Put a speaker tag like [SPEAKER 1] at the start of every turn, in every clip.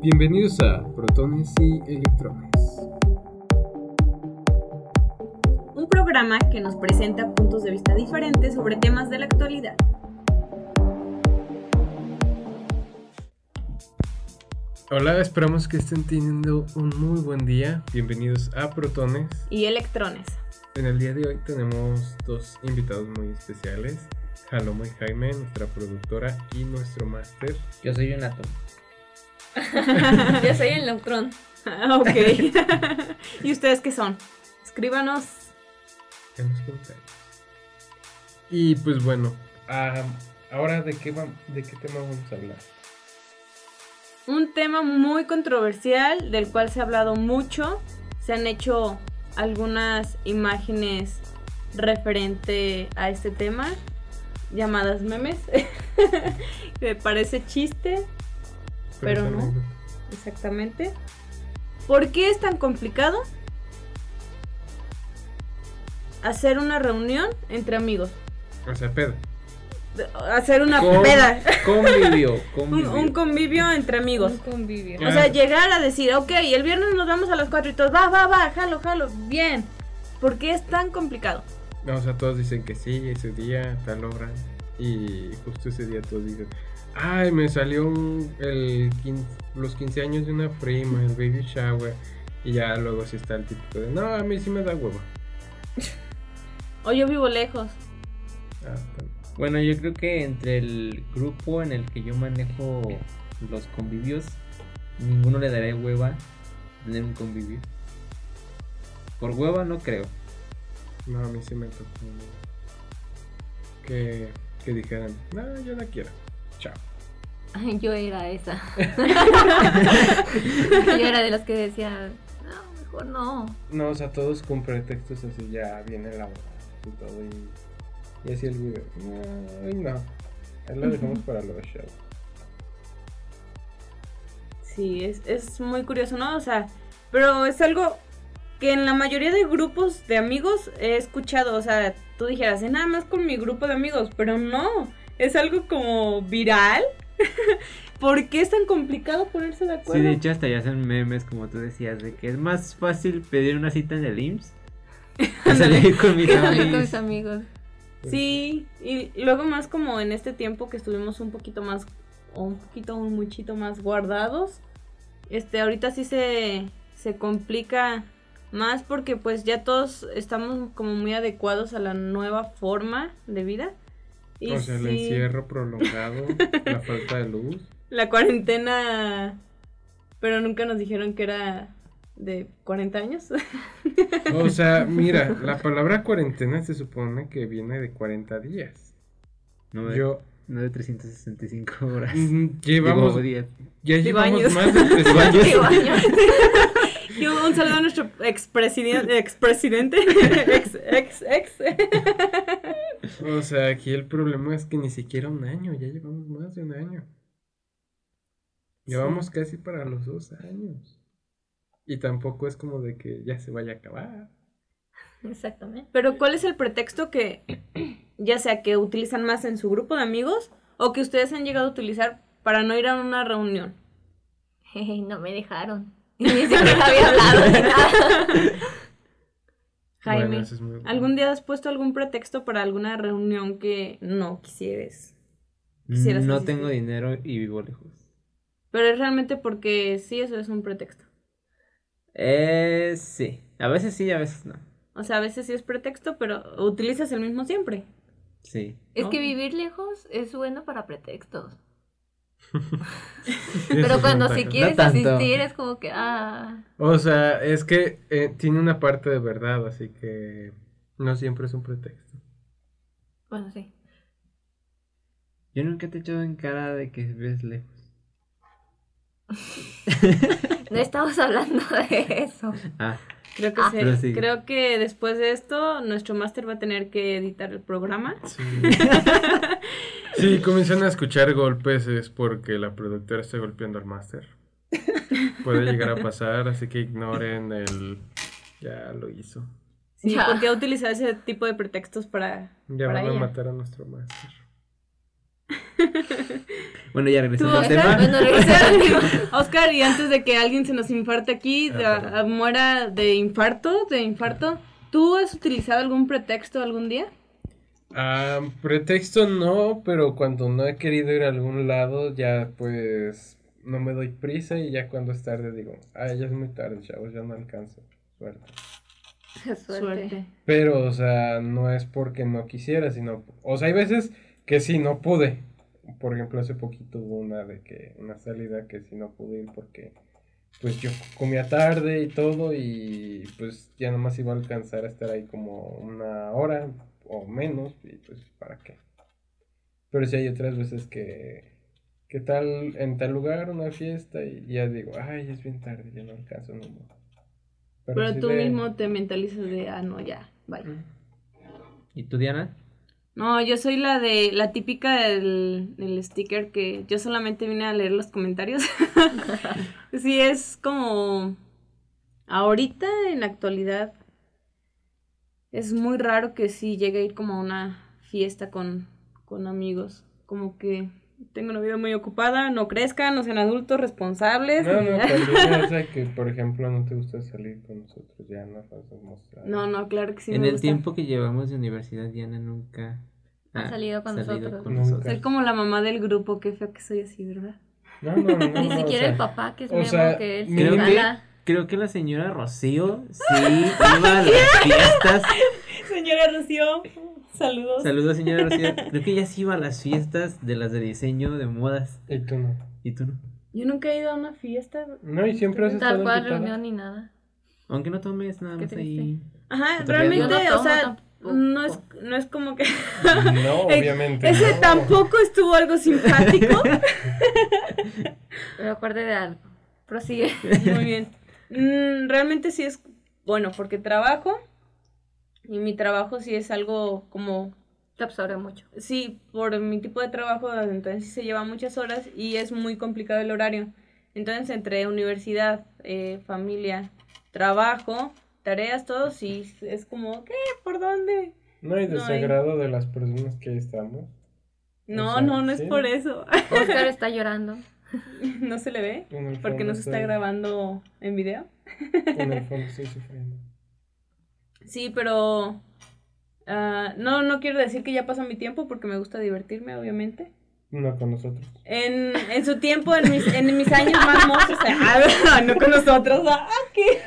[SPEAKER 1] Bienvenidos a Protones y Electrones.
[SPEAKER 2] Un programa que nos presenta puntos de vista diferentes sobre temas de la actualidad.
[SPEAKER 1] Hola, esperamos que estén teniendo un muy buen día. Bienvenidos a Protones.
[SPEAKER 2] Y electrones.
[SPEAKER 1] En el día de hoy tenemos dos invitados muy especiales. Jalomo y Jaime, nuestra productora y nuestro máster.
[SPEAKER 3] Yo soy un átomo.
[SPEAKER 4] Yo soy el neutrón.
[SPEAKER 2] Ah, ok. ¿Y ustedes qué son? Escríbanos.
[SPEAKER 1] en los comentarios. Y pues bueno, ah, ahora de qué, va- de qué tema vamos a hablar.
[SPEAKER 2] Un tema muy controversial del cual se ha hablado mucho. Se han hecho algunas imágenes referente a este tema, llamadas memes. que parece chiste, Pero no.
[SPEAKER 1] saben,
[SPEAKER 2] exactamente. ¿Por qué es tan complicado hacer una reunión entre amigos?
[SPEAKER 1] O sea, pedo.
[SPEAKER 2] Hacer una
[SPEAKER 3] Con-
[SPEAKER 2] peda,
[SPEAKER 3] Convivió,
[SPEAKER 2] un,
[SPEAKER 3] convivió.
[SPEAKER 2] un convivio entre amigos.
[SPEAKER 4] Un convivio.
[SPEAKER 1] Ya.
[SPEAKER 2] O sea, llegar a decir, ok, el viernes nos vamos a las 4 y todos, va, va, va, jalo, jalo, bien. ¿Por qué es tan complicado?
[SPEAKER 1] No, o sea, todos dicen que sí, ese día, tal hora. Y justo ese día todos dicen, ay, me salió un- el quin- los 15 años de una prima, el baby shower. Y ya luego sí está el típico de, no, a mí sí me da huevo.
[SPEAKER 2] O yo vivo lejos.
[SPEAKER 1] Ah, también.
[SPEAKER 3] Bueno, yo creo que entre el grupo en el que yo manejo los convivios, ninguno le daría hueva tener un convivio. Por hueva no creo.
[SPEAKER 1] no, a mí sí me tocó que, que dijeran, no, yo no quiero. Chao.
[SPEAKER 4] Ay, Yo era esa. Yo era de las que decía, no, mejor no.
[SPEAKER 1] No, o sea, todos con pretextos así ya bien elaborados y todo. Y, y así el video. No, ay, no. Ahí lo dejamos para los shows.
[SPEAKER 2] Sí, es, es muy curioso, ¿no? O sea, pero es algo que en la mayoría de grupos de amigos he escuchado. O sea, tú dijeras, "Eh, nada más con mi grupo de amigos, pero no. Es algo como viral. ¿Por qué es tan complicado ponerse de
[SPEAKER 3] Sí,
[SPEAKER 2] acuerdo?
[SPEAKER 3] de hecho hasta ya hacen memes, como tú decías, de que es más fácil pedir una cita en el IMSS que salir con mis
[SPEAKER 4] Que salir con
[SPEAKER 3] amigos.
[SPEAKER 4] mis amigos.
[SPEAKER 2] Sí, y luego más como en este tiempo que estuvimos un poquito más, o un poquito, un muchito más guardados, este, ahorita sí se, se complica más porque pues ya todos estamos como muy adecuados a la nueva forma de vida. Y
[SPEAKER 1] O sea, el
[SPEAKER 2] sí,
[SPEAKER 1] encierro prolongado, la falta de luz.
[SPEAKER 2] La cuarentena, pero nunca nos dijeron que era de 40 años.
[SPEAKER 1] O sea, mira, la palabra cuarentena se supone que viene de 40 días.
[SPEAKER 3] No de,
[SPEAKER 1] Yo,
[SPEAKER 3] no de 365 horas.
[SPEAKER 1] mm,
[SPEAKER 3] Digo,
[SPEAKER 1] llevamos,
[SPEAKER 3] días.
[SPEAKER 1] ya
[SPEAKER 2] Digo,
[SPEAKER 1] llevamos
[SPEAKER 2] años.
[SPEAKER 1] más de tres años.
[SPEAKER 4] Digo, yo-
[SPEAKER 2] Y un un saludo a nuestro expresidente, expresidente, ex, ex, ex.
[SPEAKER 1] O sea, aquí el problema es que ni siquiera un año, ya llevamos más de un año. Llevamos casi para los dos años. Y tampoco es como de que ya se vaya a acabar.
[SPEAKER 4] Exactamente.
[SPEAKER 2] Pero ¿cuál es el pretexto que, ya sea que utilizan más en su grupo de amigos o que ustedes han llegado a utilizar para no ir a una reunión?
[SPEAKER 4] Jeje, no me dejaron. Ni siquiera había hablado ni nada.
[SPEAKER 2] Jaime,
[SPEAKER 1] Bueno, eso es muy-
[SPEAKER 2] ¿algún día has puesto algún pretexto para alguna reunión que no quisieres? Quisieras
[SPEAKER 3] No
[SPEAKER 2] asistir.
[SPEAKER 3] tengo dinero y vivo lejos.
[SPEAKER 2] Pero es realmente porque sí, eso es un pretexto.
[SPEAKER 3] Eh, sí. A veces sí, a veces no.
[SPEAKER 2] O sea, a veces sí es pretexto, pero utilizas el mismo siempre.
[SPEAKER 3] Sí.
[SPEAKER 4] Es que
[SPEAKER 2] No.
[SPEAKER 4] vivir lejos es bueno para pretextos.
[SPEAKER 1] Eso es
[SPEAKER 4] Pero cuando
[SPEAKER 1] ventaja.
[SPEAKER 4] si quieres
[SPEAKER 3] No tanto.
[SPEAKER 4] asistir es como que, ah,
[SPEAKER 1] O sea, es que eh, tiene una parte de verdad, así que no siempre es un pretexto.
[SPEAKER 4] bueno, sí.
[SPEAKER 3] Yo nunca te he echado en cara de que ves lejos.
[SPEAKER 4] No estamos hablando de eso.
[SPEAKER 3] Ah,
[SPEAKER 2] Creo que,
[SPEAKER 4] Ah,
[SPEAKER 2] se-
[SPEAKER 3] pero sí.
[SPEAKER 2] creo que después de esto, nuestro máster va a tener que editar el programa.
[SPEAKER 1] Sí. comienzan a escuchar golpes es porque la productora está golpeando al máster. Puede llegar a pasar, así que ignoren el... Ya lo hizo.
[SPEAKER 2] Sí,
[SPEAKER 4] Ya.
[SPEAKER 2] porque ha utilizado ese tipo de pretextos para,
[SPEAKER 1] Ya
[SPEAKER 2] para
[SPEAKER 1] van a
[SPEAKER 2] ella.
[SPEAKER 1] matar a nuestro máster.
[SPEAKER 3] Bueno, ya regresando
[SPEAKER 2] Tú,
[SPEAKER 3] al
[SPEAKER 2] Oscar,
[SPEAKER 3] tema.
[SPEAKER 4] Bueno, regresando.
[SPEAKER 2] Oscar, y antes de que alguien se nos infarte aquí,
[SPEAKER 1] Ah,
[SPEAKER 2] de-
[SPEAKER 1] perdón.
[SPEAKER 2] a- muera de infarto, de infarto, ¿tú has utilizado algún pretexto algún día?
[SPEAKER 1] Ah, pretexto no, pero cuando no he querido ir a algún lado, ya pues no me doy prisa y ya cuando es tarde digo, ah, ya es muy tarde, chavos, ya no alcanzo. Suerte.
[SPEAKER 4] Suerte.
[SPEAKER 1] Pero, o sea, no es porque no quisiera, sino, o sea, hay veces que sí, no pude. Por ejemplo, hace poquito hubo una de que, una salida que sí no pude ir porque, pues yo comía tarde y todo y pues ya nomás iba a alcanzar a estar ahí como una hora o menos y pues para qué. Pero sí hay otras veces que, que tal, en tal lugar, una fiesta y ya digo, ay, es bien tarde, ya no alcanzo, no voy".
[SPEAKER 2] Pero
[SPEAKER 1] sí
[SPEAKER 2] tú
[SPEAKER 1] le-
[SPEAKER 2] mismo te mentalizas de, ah, no, ya, bye.
[SPEAKER 3] ¿Y tú, Diana?
[SPEAKER 2] No, yo soy la de la típica del, del sticker que yo solamente vine a leer los comentarios. sí, es como ahorita en la actualidad es muy raro que sí llegue a ir como a una fiesta con, con amigos. Como que tengo una vida muy ocupada, no crezcan, no sean adultos responsables.
[SPEAKER 1] No,
[SPEAKER 2] ni
[SPEAKER 1] no,
[SPEAKER 2] nada.
[SPEAKER 1] también esa que, por ejemplo, no te gusta salir con nosotros, ya no podemos mostrar.
[SPEAKER 2] no, no, claro que sí.
[SPEAKER 3] en
[SPEAKER 2] me
[SPEAKER 3] el
[SPEAKER 2] gusta.
[SPEAKER 3] tiempo que llevamos de universidad, Diana nunca
[SPEAKER 4] Ha salido con nosotros.
[SPEAKER 3] con
[SPEAKER 1] Nunca.
[SPEAKER 3] nosotros.
[SPEAKER 2] Soy como la mamá del grupo, qué feo que soy así, ¿verdad?
[SPEAKER 1] No, no, no.
[SPEAKER 4] Ni
[SPEAKER 1] no,
[SPEAKER 4] siquiera
[SPEAKER 1] o sea,
[SPEAKER 4] el papá, que es
[SPEAKER 1] o
[SPEAKER 4] memo,
[SPEAKER 1] sea,
[SPEAKER 4] que él
[SPEAKER 1] creo
[SPEAKER 4] se
[SPEAKER 1] que-
[SPEAKER 4] jala.
[SPEAKER 3] Creo que la señora Rocío sí iba a las fiestas.
[SPEAKER 2] Señora Rocío, saludos.
[SPEAKER 3] Saludos, señora Rocío. Creo que ella sí iba a las fiestas de las de diseño de modas.
[SPEAKER 1] Y tú no.
[SPEAKER 3] ¿Y tú no?
[SPEAKER 2] Yo nunca he ido a una fiesta.
[SPEAKER 1] No, y siempre has
[SPEAKER 4] Tal
[SPEAKER 1] estado
[SPEAKER 4] cual,
[SPEAKER 1] invitada.
[SPEAKER 4] reunión ni nada.
[SPEAKER 3] Aunque no tomes nada
[SPEAKER 4] Qué
[SPEAKER 3] más
[SPEAKER 4] triste.
[SPEAKER 3] ahí.
[SPEAKER 2] Ajá,
[SPEAKER 3] Yo
[SPEAKER 2] realmente,
[SPEAKER 4] no tomo
[SPEAKER 2] o sea,
[SPEAKER 4] tampoco.
[SPEAKER 2] no es, no es como que...
[SPEAKER 1] No, obviamente.
[SPEAKER 2] Ese
[SPEAKER 1] no.
[SPEAKER 2] tampoco estuvo algo simpático.
[SPEAKER 4] Me acuerdo de algo. Prosigue.
[SPEAKER 2] Muy bien. Mm, realmente sí es bueno porque trabajo y mi trabajo sí es algo como
[SPEAKER 4] Te absorbe mucho.
[SPEAKER 2] Sí, por mi tipo de trabajo, entonces sí se lleva muchas horas y es muy complicado el horario. Entonces, entre universidad, eh, familia, trabajo, tareas, todo, sí, es como, ¿qué? ¿Por dónde?
[SPEAKER 1] No, y
[SPEAKER 2] No, y-
[SPEAKER 1] desagrado de las personas que ahí estamos.
[SPEAKER 2] No,
[SPEAKER 1] sea,
[SPEAKER 2] no, no es
[SPEAKER 1] sí.
[SPEAKER 2] por eso.
[SPEAKER 4] Oscar está llorando.
[SPEAKER 2] no se le ve
[SPEAKER 1] En el
[SPEAKER 2] porque
[SPEAKER 1] fondo
[SPEAKER 2] no se está
[SPEAKER 1] estoy-
[SPEAKER 2] grabando en video.
[SPEAKER 1] En el fondo estoy sufriendo.
[SPEAKER 2] Sí, pero ah, no, no quiero decir que ya pasó mi tiempo porque me gusta divertirme, obviamente.
[SPEAKER 1] No con nosotros.
[SPEAKER 2] En, en su tiempo, en mis, en mis años más mozos, o sea, ah, no con nosotros, ah, ¿qué?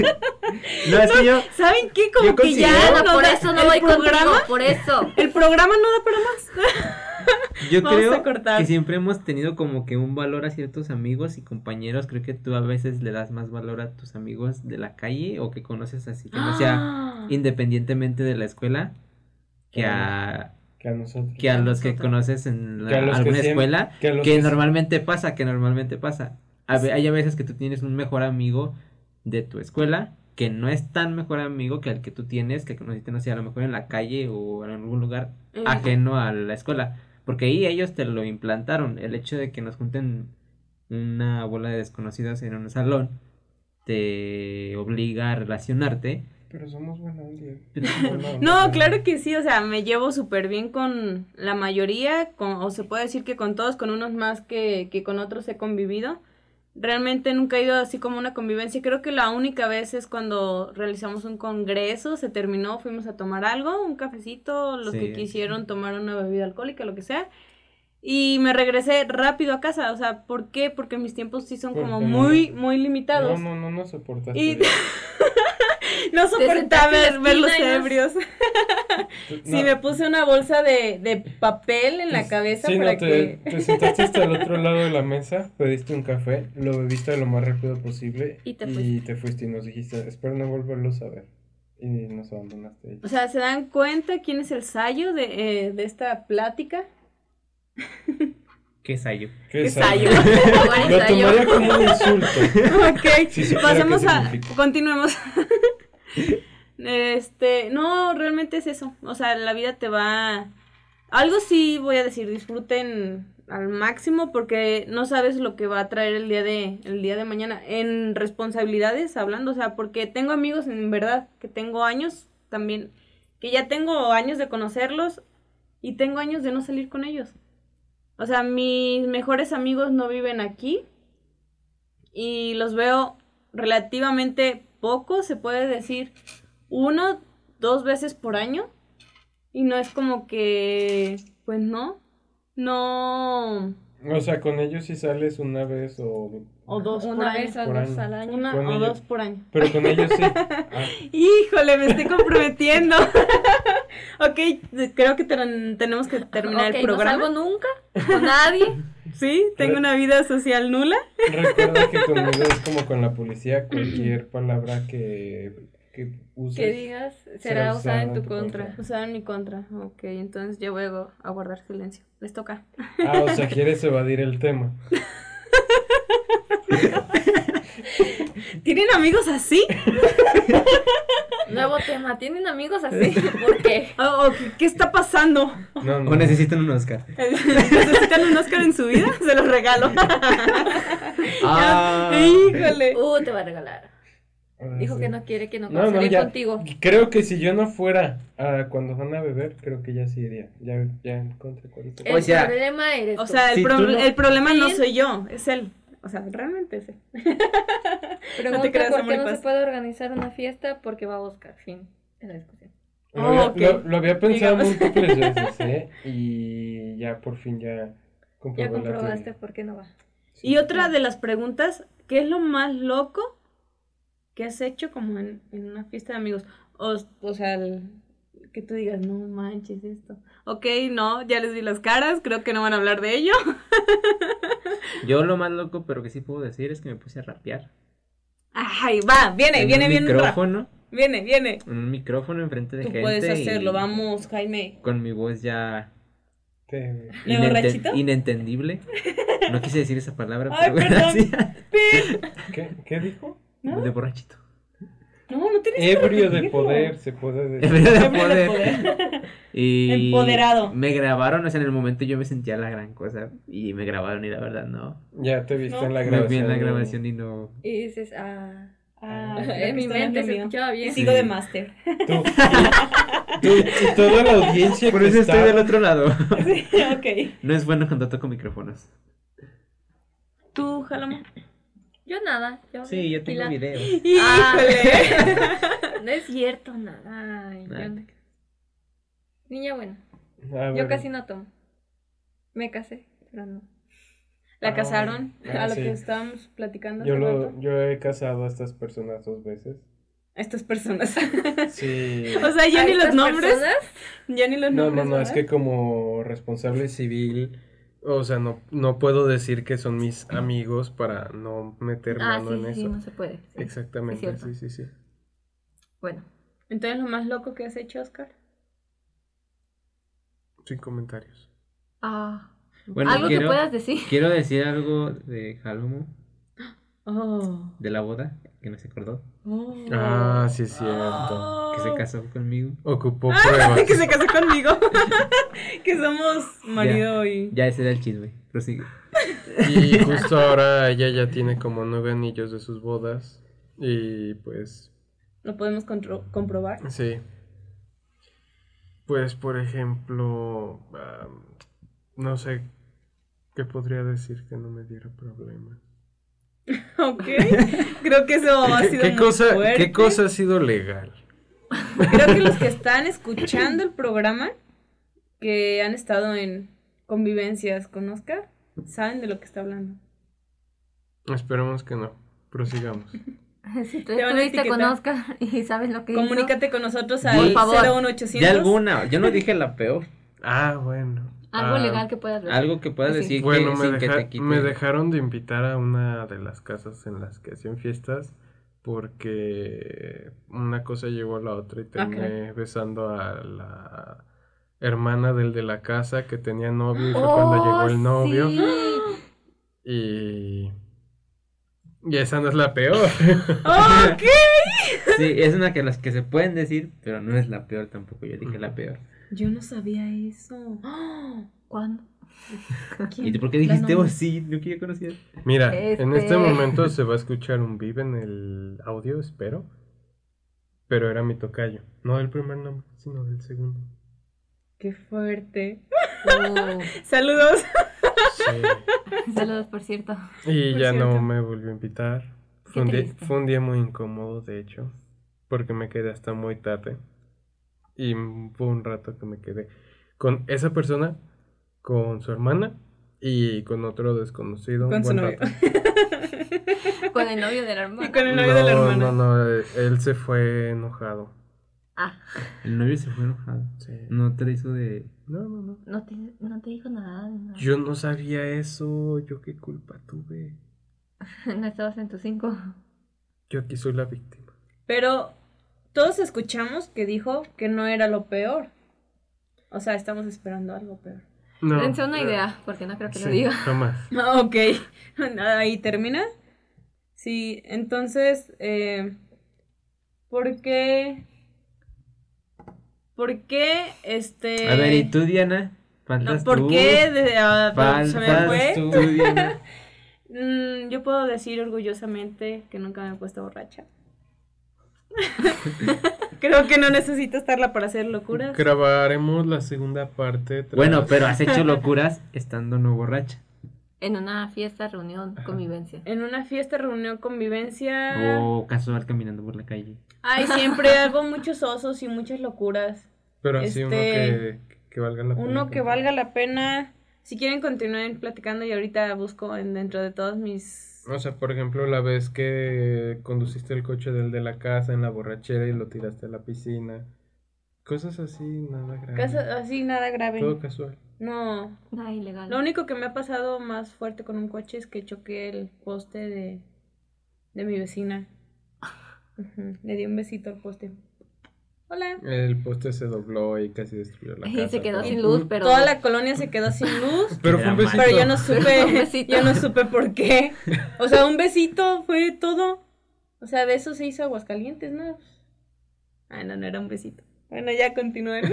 [SPEAKER 3] No, es que yo.
[SPEAKER 2] ¿Saben qué? Como
[SPEAKER 3] Yo
[SPEAKER 2] que ya
[SPEAKER 3] considero-
[SPEAKER 4] Ana,
[SPEAKER 2] no
[SPEAKER 4] por
[SPEAKER 2] da-
[SPEAKER 4] eso no
[SPEAKER 2] el
[SPEAKER 4] voy
[SPEAKER 2] programa,
[SPEAKER 4] contigo. Por eso.
[SPEAKER 2] El programa no da para más.
[SPEAKER 3] Yo
[SPEAKER 2] Vamos a
[SPEAKER 3] creo
[SPEAKER 2] cortar.
[SPEAKER 3] que siempre hemos tenido como que un valor a ciertos amigos y compañeros. Creo que tú a veces le das más valor a tus amigos de la calle o que conoces así, que no sea
[SPEAKER 2] Ah.
[SPEAKER 3] independientemente de la escuela, que a,
[SPEAKER 1] Que a nosotros.
[SPEAKER 3] que a los que
[SPEAKER 4] Nosotros.
[SPEAKER 3] conoces en
[SPEAKER 1] Que a los
[SPEAKER 3] la-
[SPEAKER 1] que
[SPEAKER 3] alguna
[SPEAKER 1] siempre-
[SPEAKER 3] escuela.
[SPEAKER 1] Que, a los
[SPEAKER 3] Que
[SPEAKER 1] que-
[SPEAKER 3] normalmente pasa, que normalmente pasa. A ve- hay a veces que tú tienes un mejor amigo de tu escuela que no es tan mejor amigo que el que tú tienes, que conociste, no sé, a lo mejor en la calle o en algún lugar
[SPEAKER 2] Eh,
[SPEAKER 1] Ah,
[SPEAKER 3] ajeno a la escuela. Porque ahí ellos te lo implantaron. El hecho de que nos junten una bola de desconocidos en un salón te obliga a relacionarte.
[SPEAKER 1] Pero somos buena onda.
[SPEAKER 3] Pero-
[SPEAKER 2] No, claro que sí, o sea, me llevo súper bien con la mayoría, con- o se puede decir que con todos, con unos más que, que con otros he convivido. Realmente nunca he ido así como una convivencia. Creo que la única vez es cuando realizamos un congreso, se terminó, fuimos a tomar algo, un cafecito, los
[SPEAKER 3] Sí.
[SPEAKER 2] que quisieron tomar una bebida alcohólica, lo que sea. Y me regresé rápido a casa, o sea, ¿por qué? Porque mis tiempos sí son como
[SPEAKER 1] Porque-
[SPEAKER 2] muy, muy
[SPEAKER 1] No,
[SPEAKER 2] limitados.
[SPEAKER 1] no, no, no soportaste.
[SPEAKER 2] Y-
[SPEAKER 1] bien.
[SPEAKER 2] No soportaba
[SPEAKER 4] sentaste en
[SPEAKER 2] ver,
[SPEAKER 4] la
[SPEAKER 2] verlos
[SPEAKER 4] esquina y no-
[SPEAKER 2] ebrios.
[SPEAKER 1] Tú-
[SPEAKER 2] Sí,
[SPEAKER 1] no.
[SPEAKER 2] me puse una bolsa de, de papel en la cabeza
[SPEAKER 1] Sí,
[SPEAKER 2] para
[SPEAKER 1] no, te,
[SPEAKER 2] que...
[SPEAKER 1] te sentaste hasta el otro lado de la mesa, pediste un café, lo bebiste lo más rápido posible
[SPEAKER 4] Y te
[SPEAKER 1] te fuiste y nos dijiste, espero no volverlos a ver. Y nos abandonaste. ahí.
[SPEAKER 2] O sea, ¿se dan cuenta quién es el sayo de, eh, de esta plática?
[SPEAKER 3] ¿Qué sayo?
[SPEAKER 1] ¿Qué
[SPEAKER 2] sayo?
[SPEAKER 4] Ahora
[SPEAKER 1] Lo
[SPEAKER 4] está
[SPEAKER 1] tomaría
[SPEAKER 4] yo.
[SPEAKER 1] como un insulto.
[SPEAKER 2] ok,
[SPEAKER 1] Sí, sí, claro
[SPEAKER 2] pasemos
[SPEAKER 1] que
[SPEAKER 2] a...
[SPEAKER 1] significa.
[SPEAKER 2] Continuemos. este, no, realmente es eso. O sea, la vida te va... Algo sí voy a decir, disfruten al máximo porque no sabes lo que va a traer el día de el día de mañana en responsabilidades hablando, o sea, porque tengo amigos en verdad que tengo años también que ya tengo años de conocerlos y tengo años de no salir con ellos. O sea, mis mejores amigos no viven aquí y los veo relativamente poco, se puede decir uno, dos veces por año. Y no es como que, pues no, no,
[SPEAKER 1] O sea, con ellos si sales una vez o...
[SPEAKER 2] o dos por
[SPEAKER 5] Una
[SPEAKER 2] año.
[SPEAKER 5] vez o
[SPEAKER 1] Por
[SPEAKER 5] dos
[SPEAKER 1] año.
[SPEAKER 5] al año.
[SPEAKER 2] Una
[SPEAKER 1] Con
[SPEAKER 2] o
[SPEAKER 1] ellos.
[SPEAKER 2] dos por año.
[SPEAKER 1] Pero con ellos sí. Ah,
[SPEAKER 2] Híjole, me estoy comprometiendo. ok, creo que ten- tenemos que terminar
[SPEAKER 4] Ok,
[SPEAKER 2] el programa.
[SPEAKER 4] No salgo nunca con nadie.
[SPEAKER 2] Sí, tengo una vida social nula.
[SPEAKER 1] recuerda que conmigo es como con la policía, cualquier palabra que, que uses.
[SPEAKER 5] Que digas,
[SPEAKER 1] será
[SPEAKER 5] será usada en
[SPEAKER 1] usada
[SPEAKER 5] tu contra.
[SPEAKER 2] O sea, en mi contra. Ok, entonces yo voy a gu- a guardar silencio. Les toca.
[SPEAKER 1] Ah, o sea, quieres evadir el tema.
[SPEAKER 2] ¿Tienen amigos así?
[SPEAKER 4] Nuevo tema. ¿Tienen amigos así? ¿Por qué?
[SPEAKER 2] ¿O- o qué- ¿Qué está pasando?
[SPEAKER 1] No, no.
[SPEAKER 3] O necesitan un Oscar.
[SPEAKER 2] ¿Necesitan un Oscar en su vida? Se los regalo.
[SPEAKER 3] Ah.
[SPEAKER 2] Híjole.
[SPEAKER 4] Uh, te va a regalar.
[SPEAKER 1] Ah,
[SPEAKER 5] Dijo
[SPEAKER 1] sí.
[SPEAKER 5] que no quiere que no,
[SPEAKER 1] No, no,
[SPEAKER 5] salir
[SPEAKER 1] ya.
[SPEAKER 5] contigo.
[SPEAKER 1] Creo que si yo no fuera ah, cuando van a beber, creo que ya sí iría. Ya, ya encontré cuál
[SPEAKER 5] Eh,
[SPEAKER 1] es el-
[SPEAKER 3] O
[SPEAKER 4] El
[SPEAKER 3] sea-
[SPEAKER 4] problema eres
[SPEAKER 2] O
[SPEAKER 4] tú.
[SPEAKER 2] sea, el,
[SPEAKER 3] Si tú
[SPEAKER 2] pro-
[SPEAKER 3] no-
[SPEAKER 2] el problema no
[SPEAKER 4] Sí.
[SPEAKER 2] soy yo, es él. O sea, realmente es él.
[SPEAKER 5] Pregunta
[SPEAKER 2] creas,
[SPEAKER 5] por
[SPEAKER 2] amor
[SPEAKER 5] qué
[SPEAKER 2] y
[SPEAKER 5] no se
[SPEAKER 2] paz.
[SPEAKER 5] puede organizar una fiesta porque va a Oscar. Fin. de la discusión.
[SPEAKER 1] Lo,
[SPEAKER 2] Oh,
[SPEAKER 1] había,
[SPEAKER 2] ok.
[SPEAKER 1] lo- lo había pensado
[SPEAKER 2] Digamos.
[SPEAKER 1] múltiples veces, ¿eh? Y ya por fin ya
[SPEAKER 5] Ya
[SPEAKER 1] comprobé la
[SPEAKER 5] comprobaste
[SPEAKER 1] teoría.
[SPEAKER 5] por qué no va.
[SPEAKER 1] Sí.
[SPEAKER 2] Y otra de las preguntas, ¿qué es lo más loco que has hecho como en, en una fiesta de amigos? O, o sea, el- que tú digas, no manches esto. Ok, no, ya les vi las caras, creo que no van a hablar de ello.
[SPEAKER 3] Yo lo más loco, pero que sí puedo decir, es que me puse a rapear.
[SPEAKER 2] Ay, va, viene,
[SPEAKER 3] en
[SPEAKER 2] viene,
[SPEAKER 3] un
[SPEAKER 2] viene.
[SPEAKER 3] micrófono,
[SPEAKER 2] Viene, viene.
[SPEAKER 3] en un micrófono enfrente de
[SPEAKER 2] Tú
[SPEAKER 3] gente.
[SPEAKER 2] puedes hacerlo,
[SPEAKER 3] y
[SPEAKER 2] vamos, Jaime.
[SPEAKER 3] Con mi voz ya
[SPEAKER 1] Te-
[SPEAKER 2] ¿De
[SPEAKER 3] inenten-
[SPEAKER 2] borrachito?
[SPEAKER 3] inentendible. No quise decir esa palabra,
[SPEAKER 2] Ay,
[SPEAKER 3] pero bueno, sí,
[SPEAKER 1] ¿Qué, qué dijo?
[SPEAKER 2] ¿No?
[SPEAKER 3] de borrachito.
[SPEAKER 2] No, no tienes que
[SPEAKER 1] Ebrio de
[SPEAKER 2] repetirlo.
[SPEAKER 1] poder, se puede
[SPEAKER 3] En
[SPEAKER 1] decir.
[SPEAKER 3] vez de
[SPEAKER 2] Ebrio de
[SPEAKER 3] poder. Y
[SPEAKER 2] Empoderado.
[SPEAKER 3] Me grabaron, o sea, en el momento yo me sentía la gran cosa y me grabaron y la verdad no.
[SPEAKER 1] Ya te viste
[SPEAKER 5] No.
[SPEAKER 1] en la
[SPEAKER 3] Me
[SPEAKER 1] grabación.
[SPEAKER 3] vi en la
[SPEAKER 1] ¿no?
[SPEAKER 3] grabación y no.
[SPEAKER 5] Y dices, ah,
[SPEAKER 2] Ah,
[SPEAKER 1] Creo
[SPEAKER 5] en mi mente se escuchaba bien.
[SPEAKER 3] Sí.
[SPEAKER 2] Sigo de máster.
[SPEAKER 1] Tú, tú- y toda la audiencia
[SPEAKER 3] Por
[SPEAKER 1] que
[SPEAKER 3] eso estoy
[SPEAKER 1] está-
[SPEAKER 3] del otro lado.
[SPEAKER 2] Sí, ok.
[SPEAKER 3] No es bueno cuando toco micrófonos.
[SPEAKER 2] Tú, Jalamo.
[SPEAKER 4] Yo nada. Yo
[SPEAKER 3] Sí, yo tengo
[SPEAKER 4] tranquila.
[SPEAKER 3] videos.
[SPEAKER 4] No es cierto nada.
[SPEAKER 5] Ay,
[SPEAKER 3] Ah.
[SPEAKER 5] yo no. Niña buena.
[SPEAKER 1] A ver.
[SPEAKER 5] Yo casi no tomo. Me casé, pero no.
[SPEAKER 2] La
[SPEAKER 1] Ah,
[SPEAKER 2] casaron,
[SPEAKER 1] ah,
[SPEAKER 2] a lo
[SPEAKER 1] sí.
[SPEAKER 2] que estábamos platicando
[SPEAKER 1] Yo,
[SPEAKER 2] hace
[SPEAKER 1] lo,
[SPEAKER 2] rato.
[SPEAKER 1] yo he casado a estas personas dos veces.
[SPEAKER 2] A Estas personas.
[SPEAKER 1] Sí.
[SPEAKER 2] o sea, ya
[SPEAKER 5] ¿A
[SPEAKER 2] ni los
[SPEAKER 5] estas
[SPEAKER 2] nombres.
[SPEAKER 5] personas?
[SPEAKER 2] Ya ni los
[SPEAKER 1] No, no,
[SPEAKER 2] nombres.
[SPEAKER 1] no, es
[SPEAKER 2] ¿verdad?
[SPEAKER 1] que como responsable civil, o sea, no, no puedo decir que son mis amigos para no meter
[SPEAKER 4] Ah,
[SPEAKER 1] mano
[SPEAKER 4] sí,
[SPEAKER 1] en
[SPEAKER 4] sí,
[SPEAKER 1] eso.
[SPEAKER 4] no se puede. sí.
[SPEAKER 1] Exactamente,
[SPEAKER 4] es
[SPEAKER 1] sí,
[SPEAKER 4] cierto.
[SPEAKER 1] sí, sí.
[SPEAKER 4] Bueno,
[SPEAKER 2] Entonces, lo más loco que has hecho, Oscar.
[SPEAKER 1] Sin comentarios.
[SPEAKER 4] ah,
[SPEAKER 3] Bueno,
[SPEAKER 4] algo que
[SPEAKER 3] quiero,
[SPEAKER 4] puedas decir.
[SPEAKER 3] quiero decir algo de Jalomo,
[SPEAKER 2] Oh.
[SPEAKER 3] de la boda, que no se acordó,
[SPEAKER 1] Ah, sí, es cierto.
[SPEAKER 3] que
[SPEAKER 4] Oh.
[SPEAKER 3] se casó conmigo.
[SPEAKER 1] Ocupó pruebas.
[SPEAKER 2] Ah. Oh. que se casó conmigo. que somos marido y.
[SPEAKER 3] Ya ese era el chisme. Prosigue.
[SPEAKER 1] Y justo ahora ella ya tiene como nueve anillos de sus bodas. Y pues,
[SPEAKER 2] Lo podemos contro- comprobar.
[SPEAKER 1] sí. Pues, por ejemplo, ah, no sé qué podría decir que no me diera problemas.
[SPEAKER 2] Ok. Creo que eso ha
[SPEAKER 1] ¿Qué-
[SPEAKER 2] sido.
[SPEAKER 1] ¿Qué
[SPEAKER 2] muy
[SPEAKER 1] cosa,
[SPEAKER 2] fuerte.
[SPEAKER 1] ¿Qué cosa ha sido legal?
[SPEAKER 2] Creo que los que están escuchando el programa, que han estado en convivencias con Oscar, saben de lo que está hablando.
[SPEAKER 1] Esperemos que no. Prosigamos.
[SPEAKER 4] Si tú
[SPEAKER 2] Te van a
[SPEAKER 4] estuviste con
[SPEAKER 2] etiquetar.
[SPEAKER 4] Oscar y sabes lo que hizo.
[SPEAKER 2] Comunícate con nosotros
[SPEAKER 3] Por
[SPEAKER 2] al
[SPEAKER 4] favor.
[SPEAKER 2] 01800.
[SPEAKER 3] De alguna, yo no dije la peor.
[SPEAKER 1] Ah, bueno.
[SPEAKER 4] Algo
[SPEAKER 1] Ah,
[SPEAKER 4] legal que puedas ver.
[SPEAKER 3] Algo que puedas
[SPEAKER 4] Sí.
[SPEAKER 3] decir que-
[SPEAKER 1] Bueno, me,
[SPEAKER 3] sin que
[SPEAKER 1] deja-
[SPEAKER 3] te quite.
[SPEAKER 1] me dejaron de invitar a una de las casas en las que hacían fiestas porque una cosa llevó a la otra y terminé besando a la hermana del de la casa que tenía novio y fue cuando llegó el novio
[SPEAKER 4] sí.
[SPEAKER 1] y... Y esa no es la peor.
[SPEAKER 2] ¡Oh, qué!
[SPEAKER 3] Sí, es una que las que se pueden decir, pero no es la peor tampoco. Yo dije la peor.
[SPEAKER 2] Yo no sabía eso.
[SPEAKER 4] ¿Cuándo?
[SPEAKER 3] ¿Y tú por qué dijiste vos sí? No que yo conocía.
[SPEAKER 1] Mira, en este
[SPEAKER 4] Este-
[SPEAKER 1] momento se va a escuchar un vive en el audio, espero. Pero era mi tocayo. No del primer nombre, sino del segundo.
[SPEAKER 2] ¡Qué fuerte!
[SPEAKER 4] Uh,
[SPEAKER 2] Saludos.
[SPEAKER 1] Sí.
[SPEAKER 4] Saludos, por cierto.
[SPEAKER 1] Y
[SPEAKER 4] Por
[SPEAKER 1] ya no
[SPEAKER 4] cierto.
[SPEAKER 1] me volvió a invitar.
[SPEAKER 4] Qué
[SPEAKER 1] Fue un, día,
[SPEAKER 4] triste.
[SPEAKER 1] fue un día muy incómodo, de hecho, porque me quedé hasta muy tarde. Y fue un rato que me quedé con esa persona, con su hermana y con otro desconocido. un
[SPEAKER 2] Con su
[SPEAKER 1] buen
[SPEAKER 2] novio.
[SPEAKER 1] rato.
[SPEAKER 4] Con el novio de la hermana.
[SPEAKER 2] Y con el novio de la
[SPEAKER 1] No, no,
[SPEAKER 2] hermana.
[SPEAKER 1] no, eh, él se fue enojado.
[SPEAKER 4] Ah,
[SPEAKER 3] El novio se fue enojado.
[SPEAKER 1] Sí.
[SPEAKER 3] No te la hizo de.
[SPEAKER 1] No, no, no.
[SPEAKER 4] no te, no te dijo nada. de nada.
[SPEAKER 1] Yo no sabía eso, yo qué culpa tuve.
[SPEAKER 4] No estabas en tu cinco.
[SPEAKER 1] Yo aquí soy la víctima.
[SPEAKER 2] Pero todos escuchamos que dijo que no era lo peor. O sea, estamos esperando algo peor.
[SPEAKER 1] No.
[SPEAKER 4] Dense una
[SPEAKER 1] eh,
[SPEAKER 4] idea, porque no creo que lo
[SPEAKER 1] sí,
[SPEAKER 4] diga.
[SPEAKER 1] Jamás.
[SPEAKER 2] Ah, Ok, ahí termina. Sí, entonces, eh, ¿por qué? ¿Por qué este...
[SPEAKER 3] A ver, ¿y tú, Diana?
[SPEAKER 2] No,
[SPEAKER 3] ¿Faltas
[SPEAKER 2] ¿Por
[SPEAKER 3] tú?
[SPEAKER 2] qué de- ah,
[SPEAKER 3] Fal-
[SPEAKER 2] se me
[SPEAKER 3] faltas
[SPEAKER 2] fue?
[SPEAKER 3] tú, Diana.
[SPEAKER 2] Mm, yo puedo decir orgullosamente que nunca me he puesto borracha. Creo que no necesito estarla para hacer locuras.
[SPEAKER 1] Grabaremos la segunda parte. tras-
[SPEAKER 3] Bueno, pero has hecho locuras estando no borracha.
[SPEAKER 4] En una fiesta, reunión,
[SPEAKER 1] Ajá.
[SPEAKER 4] convivencia.
[SPEAKER 2] En una fiesta, reunión, convivencia.
[SPEAKER 3] O casual caminando por la calle.
[SPEAKER 2] Ay, siempre hago muchos osos y muchas locuras.
[SPEAKER 1] Pero así uno que,
[SPEAKER 2] Este,
[SPEAKER 1] que valga la pena.
[SPEAKER 2] Uno que
[SPEAKER 1] contar.
[SPEAKER 2] valga la pena. Si quieren continuar platicando y ahorita busco en- dentro de todos mis...
[SPEAKER 1] O sea, por ejemplo, la vez que conduciste el coche del de la casa en la borrachera y lo tiraste a la piscina. Cosas así, nada grave.
[SPEAKER 2] Casos así, nada grave.
[SPEAKER 1] Todo casual.
[SPEAKER 2] No,
[SPEAKER 4] Nada ilegal.
[SPEAKER 2] Lo único que me ha pasado más fuerte con un coche es que choqué el poste de, de mi vecina. Ujú, Le di un besito al poste. Hola.
[SPEAKER 1] El poste se dobló y casi destruyó la
[SPEAKER 4] Y
[SPEAKER 1] casa.
[SPEAKER 4] se quedó
[SPEAKER 1] pero-
[SPEAKER 4] sin luz, pero.
[SPEAKER 2] Toda la colonia se quedó sin luz,
[SPEAKER 1] Pero fue un
[SPEAKER 3] Qué
[SPEAKER 1] besito.
[SPEAKER 2] pero yo no
[SPEAKER 4] Un
[SPEAKER 2] supe,
[SPEAKER 4] besito.
[SPEAKER 2] yo no supe por qué. O sea, un besito fue todo. O sea, de eso se hizo Aguascalientes, ¿no? Ah, no, no era un besito. Bueno, ya continúen.